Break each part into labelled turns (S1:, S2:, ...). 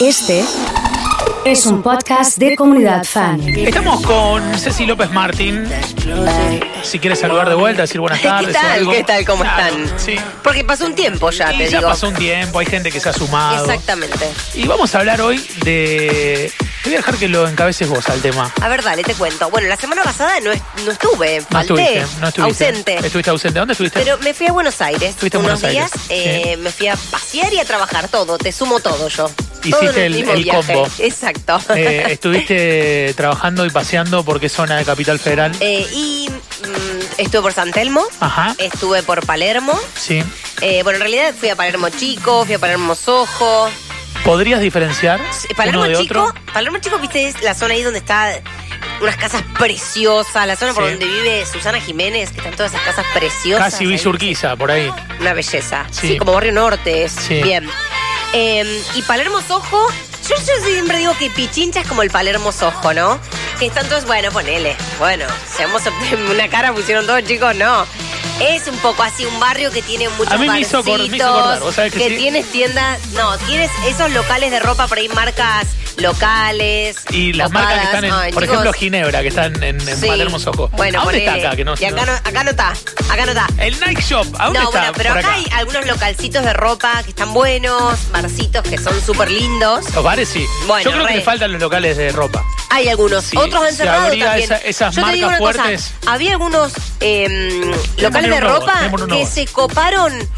S1: Este es un podcast de comunidad fan.
S2: Estamos con Ceci López Martín. Si quieres saludar de vuelta, decir buenas tardes.
S3: ¿Qué
S2: o
S3: tal?
S2: algo.
S3: ¿Qué tal? ¿Cómo
S2: Claro,
S3: están?
S2: Sí.
S3: Porque pasó un tiempo ya,
S2: Y
S3: te
S2: ya
S3: digo.
S2: pasó un tiempo, hay gente que se ha sumado.
S3: Exactamente.
S2: Y vamos a hablar hoy de. Te voy a dejar que lo encabeces vos al tema.
S3: A ver, dale, te cuento. Bueno, la semana pasada no, est- no estuve,
S2: No
S3: falté,
S2: estuviste, no estuviste.
S3: ausente.
S2: Estuviste ausente. ¿Dónde estuviste?
S3: Pero me fui a Buenos Aires
S2: Estuviste en
S3: unos
S2: Buenos
S3: días,
S2: Aires,
S3: eh, me fui a pasear y a trabajar todo, te sumo todo yo.
S2: Hiciste
S3: Todo en
S2: el-
S3: mismo
S2: el
S3: viaje.
S2: combo.
S3: Exacto.
S2: Eh, estuviste trabajando y paseando por qué zona de Capital Federal.
S3: Eh, y mm, estuve por San Telmo,
S2: Ajá.
S3: estuve por Palermo.
S2: Sí.
S3: Eh, bueno, en realidad fui a Palermo Chico, fui a Palermo Sojo.
S2: ¿Podrías diferenciar
S3: Palermo
S2: uno de
S3: Chico,
S2: otro?
S3: Palermo Chico, viste, es la zona ahí donde está unas casas preciosas, la zona por
S2: Sí.
S3: donde vive Susana Jiménez, que están todas esas casas preciosas.
S2: Casi
S3: ahí.
S2: Villurquiza, por ahí.
S3: Una belleza.
S2: Sí.
S3: Sí, como Barrio Norte es.
S2: Sí.
S3: Bien. Eh, y Palermo Sojo, yo, yo siempre digo que Pichincha es como el Palermo Sojo, ¿no? Que están todos, bueno, ponele. Bueno, seamos opt- una cara pusieron todos, chicos, no. Es un poco así, un barrio que tiene muchos
S2: A mí me hizo acor- me hizo acordar,
S3: barcitos,
S2: vos sabés que sí.
S3: tienes tiendas, no, tienes esos locales de ropa por ahí, marcas locales.
S2: Y las
S3: copadas.
S2: marcas que están en,
S3: Ay,
S2: por
S3: chicos,
S2: ejemplo, Ginebra, que están en, en
S3: sí.
S2: Palermo Soho.
S3: Bueno,
S2: ¿A dónde está
S3: ponele.
S2: acá? Que no,
S3: y acá no,
S2: no-
S3: acá no está, acá no está.
S2: El Nike Shop, ¿a dónde
S3: No,
S2: está?
S3: bueno, pero
S2: Por
S3: acá, hay algunos localcitos de ropa que están buenos, barcitos que son súper lindos.
S2: Los bares sí.
S3: Bueno,
S2: Yo creo que
S3: re.
S2: le faltan los locales de ropa.
S3: Hay algunos,
S2: Sí,
S3: otros han
S2: si
S3: cerrado
S2: habría
S3: también.
S2: esa- esas
S3: Yo te digo una
S2: marcas
S3: cosa,
S2: fuertes.
S3: había algunos eh, locales de
S2: uno nuevo,
S3: ropa
S2: démosle uno
S3: que
S2: nuevo.
S3: se coparon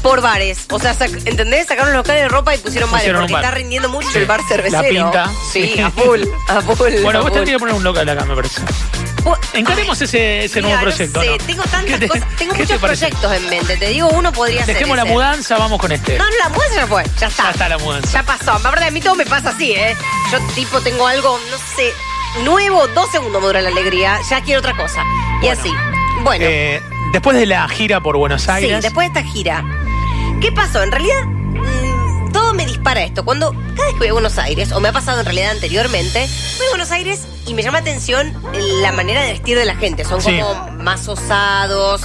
S3: por bares. O sea, sac- ¿entendés? Sacaron los locales de ropa y pusieron bares
S2: Pusieron un
S3: porque
S2: bar.
S3: está rindiendo mucho
S2: Sí.
S3: el bar
S2: La
S3: cervecero.
S2: pinta.
S3: Sí, a full, a full.
S2: Bueno, vos
S3: a full.
S2: tenés que poner un local acá, me parece.
S3: Bu-
S2: Encaremos ese, ese
S3: Mira,
S2: nuevo
S3: no
S2: proyecto.
S3: sé,
S2: ¿no?
S3: tengo
S2: ¿Qué
S3: tantas
S2: te-
S3: cosas, tengo
S2: qué te
S3: muchos
S2: parece?
S3: proyectos en mente. Te digo, uno podría ser
S2: Dejemos la
S3: ese.
S2: mudanza, vamos con este.
S3: No, no, la mudanza ya fue. Ya está.
S2: Ya está la mudanza.
S3: Ya pasó. Aparte, a mí todo me pasa así, ¿eh? Yo, tipo, tengo algo, no sé, nuevo, dos segundos me dura la alegría. Ya quiero otra cosa. Y así. Bueno,
S2: Eh, después de la gira por Buenos
S3: sí,
S2: Aires.
S3: después de esta gira. ¿Qué pasó? En realidad, mm, todo me dispara esto. Cuando, cada vez que voy a Buenos Aires, o me ha pasado en realidad anteriormente, voy a Buenos Aires y me llama la atención la manera de vestir de la gente. Son
S2: Sí.
S3: como más osados,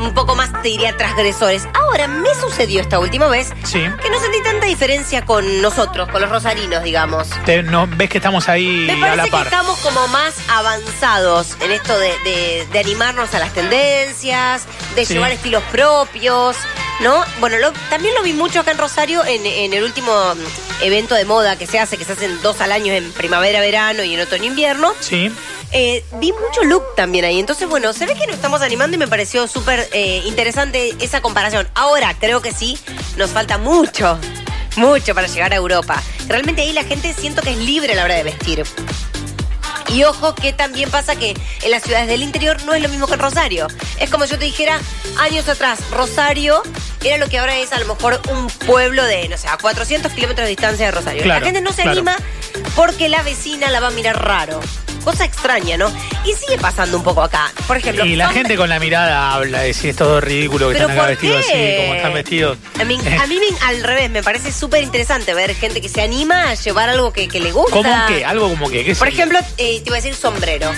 S3: un poco más, te diría, transgresores. Ahora, me sucedió esta última vez
S2: Sí.
S3: que no sentí tanta diferencia con nosotros, con los rosarinos, digamos.
S2: Te- no, ves que estamos ahí
S3: Me
S2: a la
S3: parece que
S2: par.
S3: estamos como más avanzados en esto de, de- de animarnos a las tendencias, de
S2: Sí.
S3: llevar estilos propios, ¿no? Bueno, lo- también lo vi mucho acá en Rosario en, en el último mm, evento de moda que se hace, que se hacen dos al año en primavera, verano y en otoño-invierno.
S2: Sí.
S3: Eh, vi mucho look también ahí. Entonces, bueno, se ve que nos estamos animando y me pareció súper eh, interesante esa comparación. Ahora, creo que sí, nos falta mucho, mucho para llegar a Europa. Realmente ahí la gente siento que es libre a la hora de vestir. Y ojo que también pasa que en las ciudades del interior no es lo mismo que en Rosario. Es como yo te dijera años atrás, Rosario era lo que ahora es a lo mejor un pueblo de, no sé, a 400 kilómetros de distancia de Rosario.
S2: Claro,
S3: la gente no se
S2: claro.
S3: anima porque la vecina la va a mirar raro. Cosa extraña, ¿no? Y sigue pasando un poco acá. Por ejemplo,
S2: Y la
S3: son-
S2: gente con la mirada habla, de si es todo ridículo que
S3: ¿Pero
S2: están acá
S3: por
S2: vestidos
S3: qué?
S2: así, como están vestidos.
S3: A mí, a mí me- al revés, me parece súper interesante ver gente que se anima a llevar algo que, que le gusta.
S2: ¿Cómo qué? Algo como que. ¿qué
S3: Por
S2: sé yo?
S3: ejemplo, eh, te iba a decir sombrero.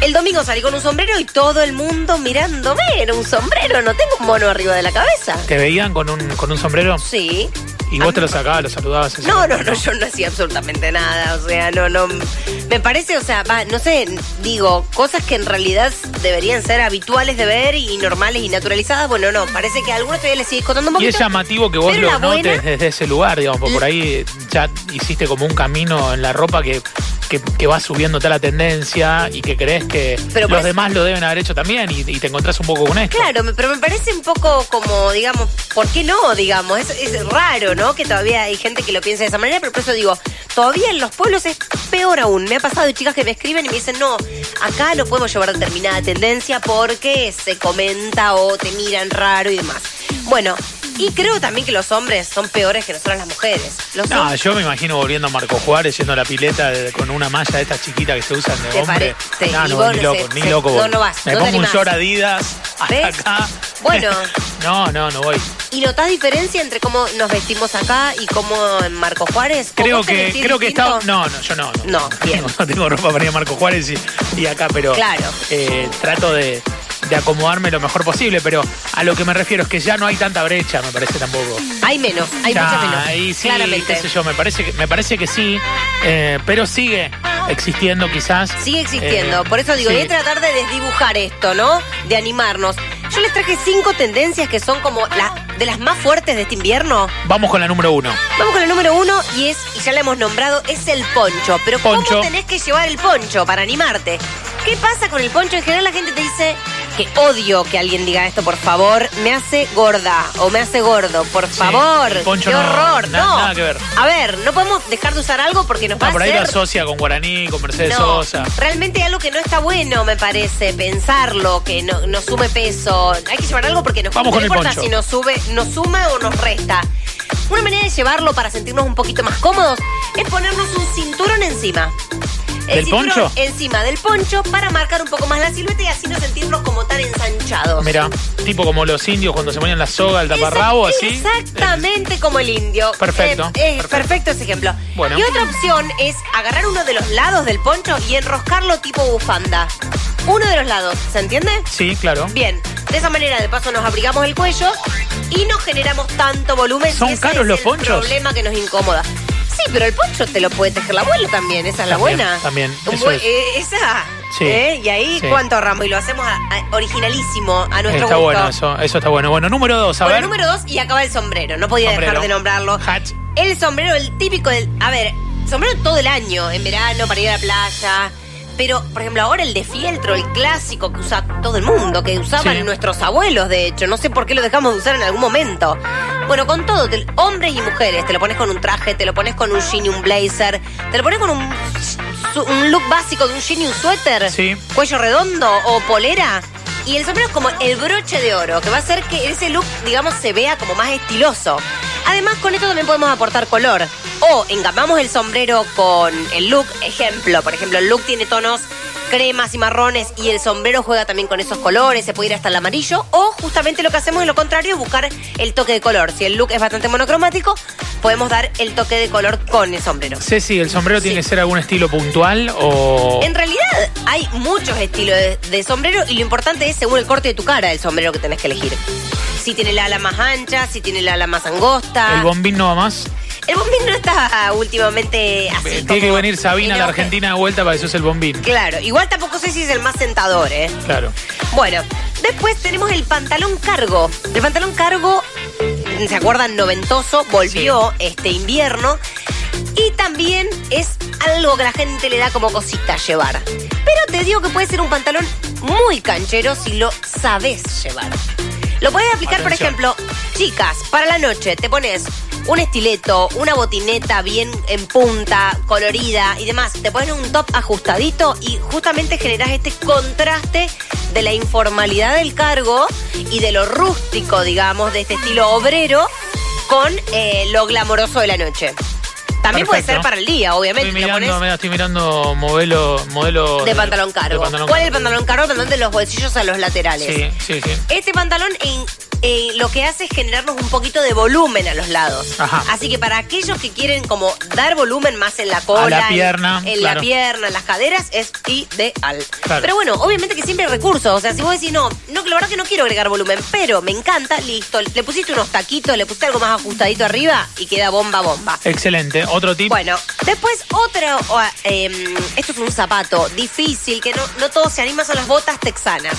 S3: El domingo salí con un sombrero y todo el mundo mirándome. Era un sombrero, no tengo un mono arriba de la cabeza.
S2: ¿Te veían con un, con un sombrero?
S3: Sí.
S2: Y
S3: A
S2: vos
S3: mí-
S2: te lo sacabas, lo saludabas. así.
S3: Ah, No, no, no, yo no hacía absolutamente nada. O sea, no, no. Me parece, o sea, va, no sé, digo, cosas que en realidad deberían ser habituales de ver y normales y naturalizadas. Bueno, no, parece que a algunos todavía les sigue contando un
S2: Y
S3: poquito.
S2: es llamativo que vos
S3: Pero
S2: lo
S3: la buena-
S2: notes desde ese lugar, digamos, porque por ahí ya hiciste como un camino en la ropa que, que, que va subiéndote a la tendencia y que crees que
S3: Pero
S2: los
S3: parece-
S2: demás lo deben haber hecho también y, y te encontrás un poco con esto.
S3: Claro, me- pero me parece un poco como, digamos, ¿por qué no? Digamos, es, es raro, ¿no? Que todavía hay gente que lo piensa de esa manera, pero por eso digo, todavía en los pueblos es peor aún. Me ha pasado de chicas que me escriben y me dicen, no, acá no podemos llevar determinada tendencia porque se comenta o te miran raro y demás. Bueno, y creo también que los hombres son peores que nosotras las mujeres. Los
S2: No,
S3: hombres-
S2: yo me imagino volviendo a Marco Juárez yendo a la pileta de- con una malla de estas chiquitas que se usan de
S3: Te
S2: hombre.
S3: parece,
S2: No,
S3: y
S2: no,
S3: vos
S2: ni
S3: no
S2: loco,
S3: sé,
S2: ni
S3: sí,
S2: loco.
S3: no,
S2: voy.
S3: no vas,
S2: Me
S3: no te
S2: pongo un
S3: animás.
S2: short Adidas hasta
S3: ¿Ves?
S2: acá.
S3: Bueno.
S2: no, no, no voy.
S3: ¿Y notás diferencia entre cómo nos vestimos acá y cómo en Marco Juárez? ¿O
S2: Creo
S3: vos te
S2: que,
S3: vestís
S2: creo que está.
S3: distinto?
S2: No, no, yo no.
S3: No, bien.
S2: No tengo ropa para ir a Marco Juárez y, y acá, pero.
S3: Claro.
S2: eh, trato de, de acomodarme lo mejor posible, pero a lo que me refiero es que ya no hay tanta brecha, me parece tampoco.
S3: Hay menos, hay
S2: Ya,
S3: mucha menos.
S2: ahí sí,
S3: claramente.
S2: qué sé yo, me parece que, me parece que sí, eh, pero sigue existiendo quizás.
S3: Sigue existiendo.
S2: Eh,
S3: Por eso digo,
S2: sí.
S3: voy a tratar de desdibujar esto, ¿no? De animarnos. Yo les traje cinco tendencias que son como la, de las más fuertes de este invierno.
S2: Vamos con la número uno.
S3: Vamos con el número uno y es, y ya la hemos nombrado, es el poncho. Pero
S2: Poncho.
S3: ¿cómo tenés que llevar el poncho para animarte? ¿Qué pasa con el poncho? En general la gente te dice que odio que alguien diga esto, por favor, me hace gorda o me hace gordo, por favor.
S2: el poncho
S3: qué
S2: no,
S3: horror,
S2: na-
S3: no.
S2: nada que ver.
S3: A ver, no podemos dejar de usar algo porque nos va
S2: Ah,
S3: a
S2: por ahí
S3: hacer
S2: la asocia con Guaraní, con Mercedes
S3: no,
S2: Sosa.
S3: realmente hay algo que no está bueno, me parece, pensarlo, que no, no sube peso. Hay que llevar algo porque nos
S2: Vamos
S3: no
S2: con el
S3: importa
S2: poncho.
S3: si nos sube, nos suma o nos resta. Una manera de llevarlo para sentirnos un poquito más cómodos es ponernos un cinturón encima.
S2: ¿Del
S3: cinturón
S2: poncho?
S3: Encima del poncho para marcar un poco más la silueta y así no sentirnos como tan ensanchados.
S2: Mira, tipo como los indios cuando se ponían la soga, el
S3: Esa-
S2: taparrabo, así.
S3: Exactamente como el indio.
S2: Perfecto,
S3: Eh, eh,
S2: perfecto.
S3: perfecto. ese ejemplo.
S2: Bueno.
S3: Y otra opción es agarrar uno de los lados del poncho y enroscarlo tipo bufanda. Uno de los lados, ¿se entiende?
S2: Sí, claro.
S3: Bien. De esa manera, de paso, nos abrigamos el cuello y no generamos tanto volumen.
S2: ¿Son
S3: Ese
S2: caros
S3: es
S2: los
S3: el
S2: ponchos?
S3: problema que nos incomoda. Sí, pero el poncho te lo puede tejer la abuela también. Esa es la
S2: También,
S3: buena.
S2: también,
S3: Un
S2: eso
S3: buen-
S2: es.
S3: eh, esa.
S2: Sí,
S3: ¿eh? Y ahí,
S2: sí.
S3: ¿cuánto ahorramos? Y lo hacemos a- a- originalísimo, a nuestro
S2: Está
S3: gusto.
S2: bueno eso, eso está bueno. Bueno, número dos, a
S3: Bueno,
S2: ver.
S3: número dos, y acaba el sombrero. No podía
S2: Sombrero.
S3: dejar de nombrarlo.
S2: Hat.
S3: El sombrero, el típico del. A ver, sombrero todo el año, en verano, para ir a la playa. Pero, por ejemplo, ahora el de fieltro, el clásico que usa todo el mundo, que usaban
S2: Sí.
S3: nuestros abuelos, de hecho. No sé por qué lo dejamos de usar en algún momento. Bueno, con todo, te- hombres y mujeres. Te lo pones con un traje, te lo pones con un jean y un blazer, te lo pones con un, su- un look básico de un jean y un suéter
S2: Sí.
S3: cuello redondo o polera. Y el sombrero es como el broche de oro, que va a hacer que ese look, digamos, se vea como más estiloso. Además, con esto también podemos aportar color. O engamamos el sombrero con el look, ejemplo. Por ejemplo, el look tiene tonos cremas y marrones y el sombrero juega también con esos colores, se puede ir hasta el amarillo. O justamente lo que hacemos es lo contrario, buscar el toque de color. Si el look es bastante monocromático, podemos dar el toque de color con el sombrero.
S2: Ceci, ¿el sombrero tiene
S3: Sí.
S2: que ser algún estilo puntual o...?
S3: En realidad hay muchos estilos de, de sombrero y lo importante es según el corte de tu cara el sombrero que tenés que elegir. Si tiene la ala más ancha, si tiene la ala más angosta.
S2: ¿El bombín no va más?
S3: El bombín no está ah, últimamente así.
S2: Eh,
S3: como
S2: Tiene que venir Sabina a
S3: en
S2: la
S3: auge.
S2: Argentina de vuelta para que use el bombín.
S3: Claro, igual tampoco sé si es el más sentador, ¿eh?
S2: Claro.
S3: Bueno, después tenemos el pantalón cargo. El pantalón cargo, ¿se acuerdan? Noventoso, volvió este invierno. Y también es algo que la gente le da como cosita llevar. Pero te digo que puede ser un pantalón muy canchero si lo sabes llevar. Lo puedes aplicar,
S2: Atención.
S3: por ejemplo, chicas, para la noche te pones un estileto, una botineta bien en punta, colorida y demás. Te pones un top ajustadito y justamente generas este contraste de la informalidad del cargo y de lo rústico, digamos, de este estilo obrero con eh, lo glamoroso de la noche. También puede
S2: Perfecto.
S3: ser para el día, obviamente.
S2: Estoy
S3: te lo
S2: mirando,
S3: pones-
S2: mira, estoy mirando modelo, modelo
S3: de pantalón cargo.
S2: de pantalón
S3: ¿Cuál es el
S2: cargo.
S3: pantalón cargo? El pantalón de los bolsillos a los laterales.
S2: Sí, sí, sí.
S3: Este pantalón en- en lo que hace es generarnos un poquito de volumen a los lados.
S2: Ajá.
S3: Así que para aquellos que quieren como dar volumen más en la cola,
S2: A la
S3: en-
S2: pierna,
S3: en,
S2: claro.
S3: la pierna, en las caderas, es ideal.
S2: Claro.
S3: Pero bueno, obviamente que siempre hay recursos. O sea, si vos decís, no, no, que la verdad que no quiero agregar volumen, pero me encanta, listo. Le pusiste unos taquitos, le pusiste algo más ajustadito arriba y queda bomba, bomba.
S2: Excelente. Otro tip.
S3: Bueno, después otra, o, ah, em, esto es un zapato difícil, que no, no todos se animan, son las botas texanas.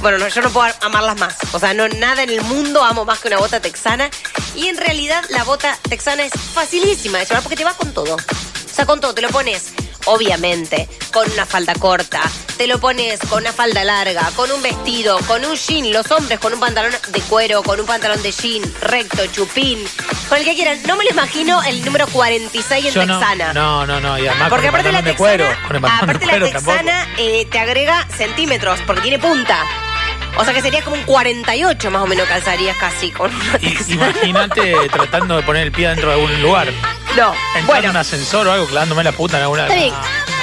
S3: Bueno, no, yo no puedo amarlas más. O sea, no nada en el mundo amo más que una bota texana. Y en realidad la bota texana es facilísima de llevar porque te va con todo. O sea, con todo, te lo pones, obviamente, con una falda corta, te lo pones con una falda larga, con un vestido, con un jean, los hombres con un pantalón de cuero, con un pantalón de jean, recto, chupín, con el que quieran. No me lo imagino el número 46 en
S2: Yo no,
S3: texana.
S2: no, no, no, y además
S3: Porque
S2: con el
S3: aparte la
S2: pantalón de
S3: texana,
S2: cuero, con el pantalón
S3: aparte
S2: de cuero
S3: la texana eh, te agrega centímetros porque tiene punta. O sea que sería como un 48 más o menos calzarías casi con una
S2: tampoco. Y-
S3: texana.
S2: Imagínate tratando de poner el pie dentro de algún lugar.
S3: No,
S2: Entrando en
S3: bueno,
S2: un ascensor o algo, clavándome la puta en alguna.
S3: está bien.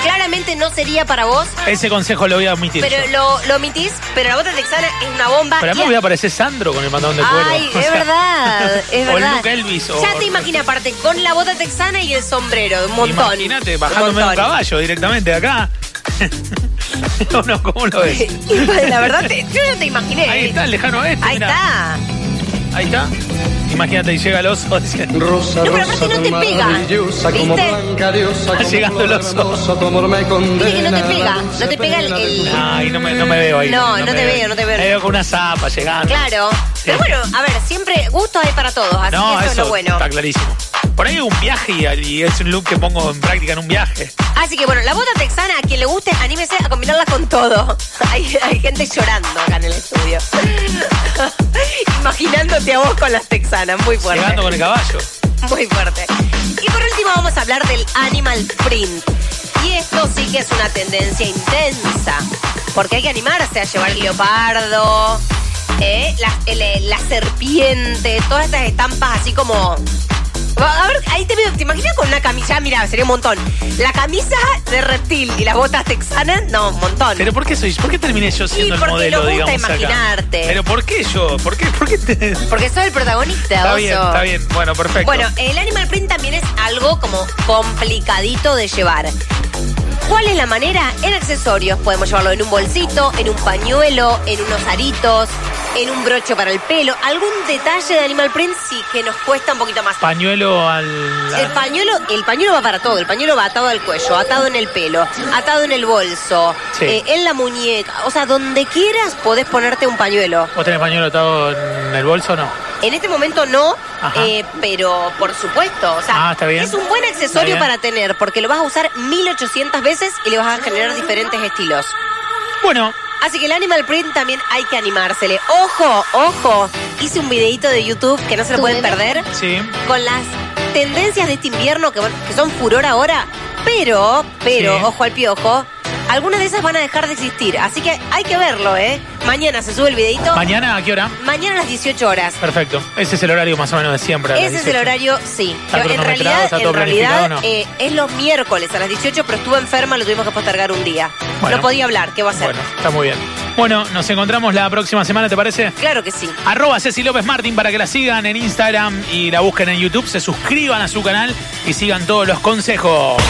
S3: Claramente no sería para vos,
S2: Ese consejo lo voy a omitir.
S3: pero
S2: yo.
S3: lo, lo omitís, pero la bota texana es una bomba.
S2: Pero a
S3: y
S2: mí me voy a parecer Sandro con el pantalón de cuero.
S3: Ay,
S2: O
S3: es
S2: sea,
S3: verdad, es
S2: o el
S3: verdad.
S2: Luke Elvis, o-
S3: ya te imaginas, aparte, con la bota texana y el sombrero, un montón.
S2: Imagínate, bajándome de un
S3: montón.
S2: caballo directamente de acá. Uno, ¿cómo lo ves?
S3: Y, pues, la verdad, te- yo ya te imaginé.
S2: Ahí
S3: ¿eh?
S2: está, el lejano oeste.
S3: Ahí
S2: mirá.
S3: está.
S2: Ahí está. Imagínate, y llega el oso. dice,
S4: Rosa,
S3: No, pero
S4: rosa,
S3: aparte no te
S4: tan
S3: pega.
S4: maravillosa, como
S3: ¿Viste?
S4: blanca diosa, como
S2: llegando
S4: flor
S2: el oso.
S4: hermosa, tu amor me condena.
S3: Viste que no te pega,
S4: la dulce
S3: no te pega el-
S4: pena de
S3: el-
S4: tu-
S2: Ay, no me, no me veo ahí.
S3: No, no
S2: me
S3: te veo, no te veo.
S2: Me veo con una zapa llegando.
S3: Claro. Pero bueno, a ver, siempre gustos hay para todos, así
S2: No,
S3: que eso, es lo bueno.
S2: está clarísimo. Por ahí un viaje y, y es un look que pongo en práctica en un viaje.
S3: Así que bueno, la bota texana, a quien le guste, anímese a combinarla con todo. Hay, hay gente llorando acá en el estudio. Imaginándote a vos con las texanas, muy fuerte.
S2: Llegando con el caballo.
S3: Muy fuerte. Y por último vamos a hablar del animal print. Y esto sí que es una tendencia intensa. Porque hay que animarse a llevar el leopardo, ¿eh? la, el- la serpiente, todas estas estampas así como... A ver, ahí te veo, ¿te imaginas con una camisa? ah, Mira, sería un montón. La camisa de reptil y las botas texanas, no, un montón.
S2: Pero ¿por qué soy? ¿Por qué terminé yo siendo
S3: porque
S2: el modelo,
S3: nos gusta
S2: digamos, acá?
S3: imaginarte.
S2: Pero ¿por qué yo? ¿Por qué? ¿Por qué te-
S3: Porque sos el protagonista,
S2: Está
S3: oso.
S2: bien, está bien. Bueno, perfecto.
S3: Bueno, el animal print también es algo como complicadito de llevar. ¿Cuál es la manera? En accesorios. Podemos llevarlo en un bolsito, en un pañuelo, en unos aritos, en un broche para el pelo. Algún detalle de animal print sí que nos cuesta un poquito más.
S2: Pañuelo al...
S3: El pañuelo, el pañuelo va para todo. El pañuelo va atado al cuello, atado en el pelo, atado en el bolso,
S2: Sí.
S3: eh, en la muñeca. O sea, donde quieras podés ponerte un pañuelo.
S2: ¿Vos tenés pañuelo atado en el bolso o no?
S3: En este momento no,
S2: Ajá.
S3: eh, pero por supuesto, o sea,
S2: Ah, está bien.
S3: es un buen
S2: Está
S3: accesorio
S2: bien.
S3: para tener porque lo vas a usar 1800 veces y le vas a generar diferentes estilos.
S2: Bueno,
S3: Así que el animal print también hay que animársele. Ojo, ojo, hice un videito de YouTube que no se lo pueden perder
S2: sí.
S3: con las tendencias de este invierno que, bueno, que son furor ahora, pero, pero,
S2: Sí.
S3: ojo al piojo, algunas de esas van a dejar de existir, así que hay que verlo, ¿eh? Mañana se sube el videito.
S2: ¿Mañana a qué hora?
S3: Mañana a las 18 horas.
S2: Perfecto. Ese es el horario más o menos de siempre. a las
S3: Ese es el
S2: 18.
S3: horario, sí.
S2: ¿Está
S3: Yo, en
S2: cronometrado?
S3: realidad,
S2: ¿Está todo
S3: en realidad
S2: planificado o no?
S3: eh, es los miércoles a las 18, pero estuve enferma, lo tuvimos que postergar un día.
S2: Bueno.
S3: No podía hablar, ¿qué va a hacer?
S2: Bueno, está muy bien. Bueno, nos encontramos la próxima semana, ¿te parece?
S3: Claro que sí.
S2: Arroba Ceci López Martín para que la sigan en Instagram y la busquen en YouTube, se suscriban a su canal y sigan todos los consejos.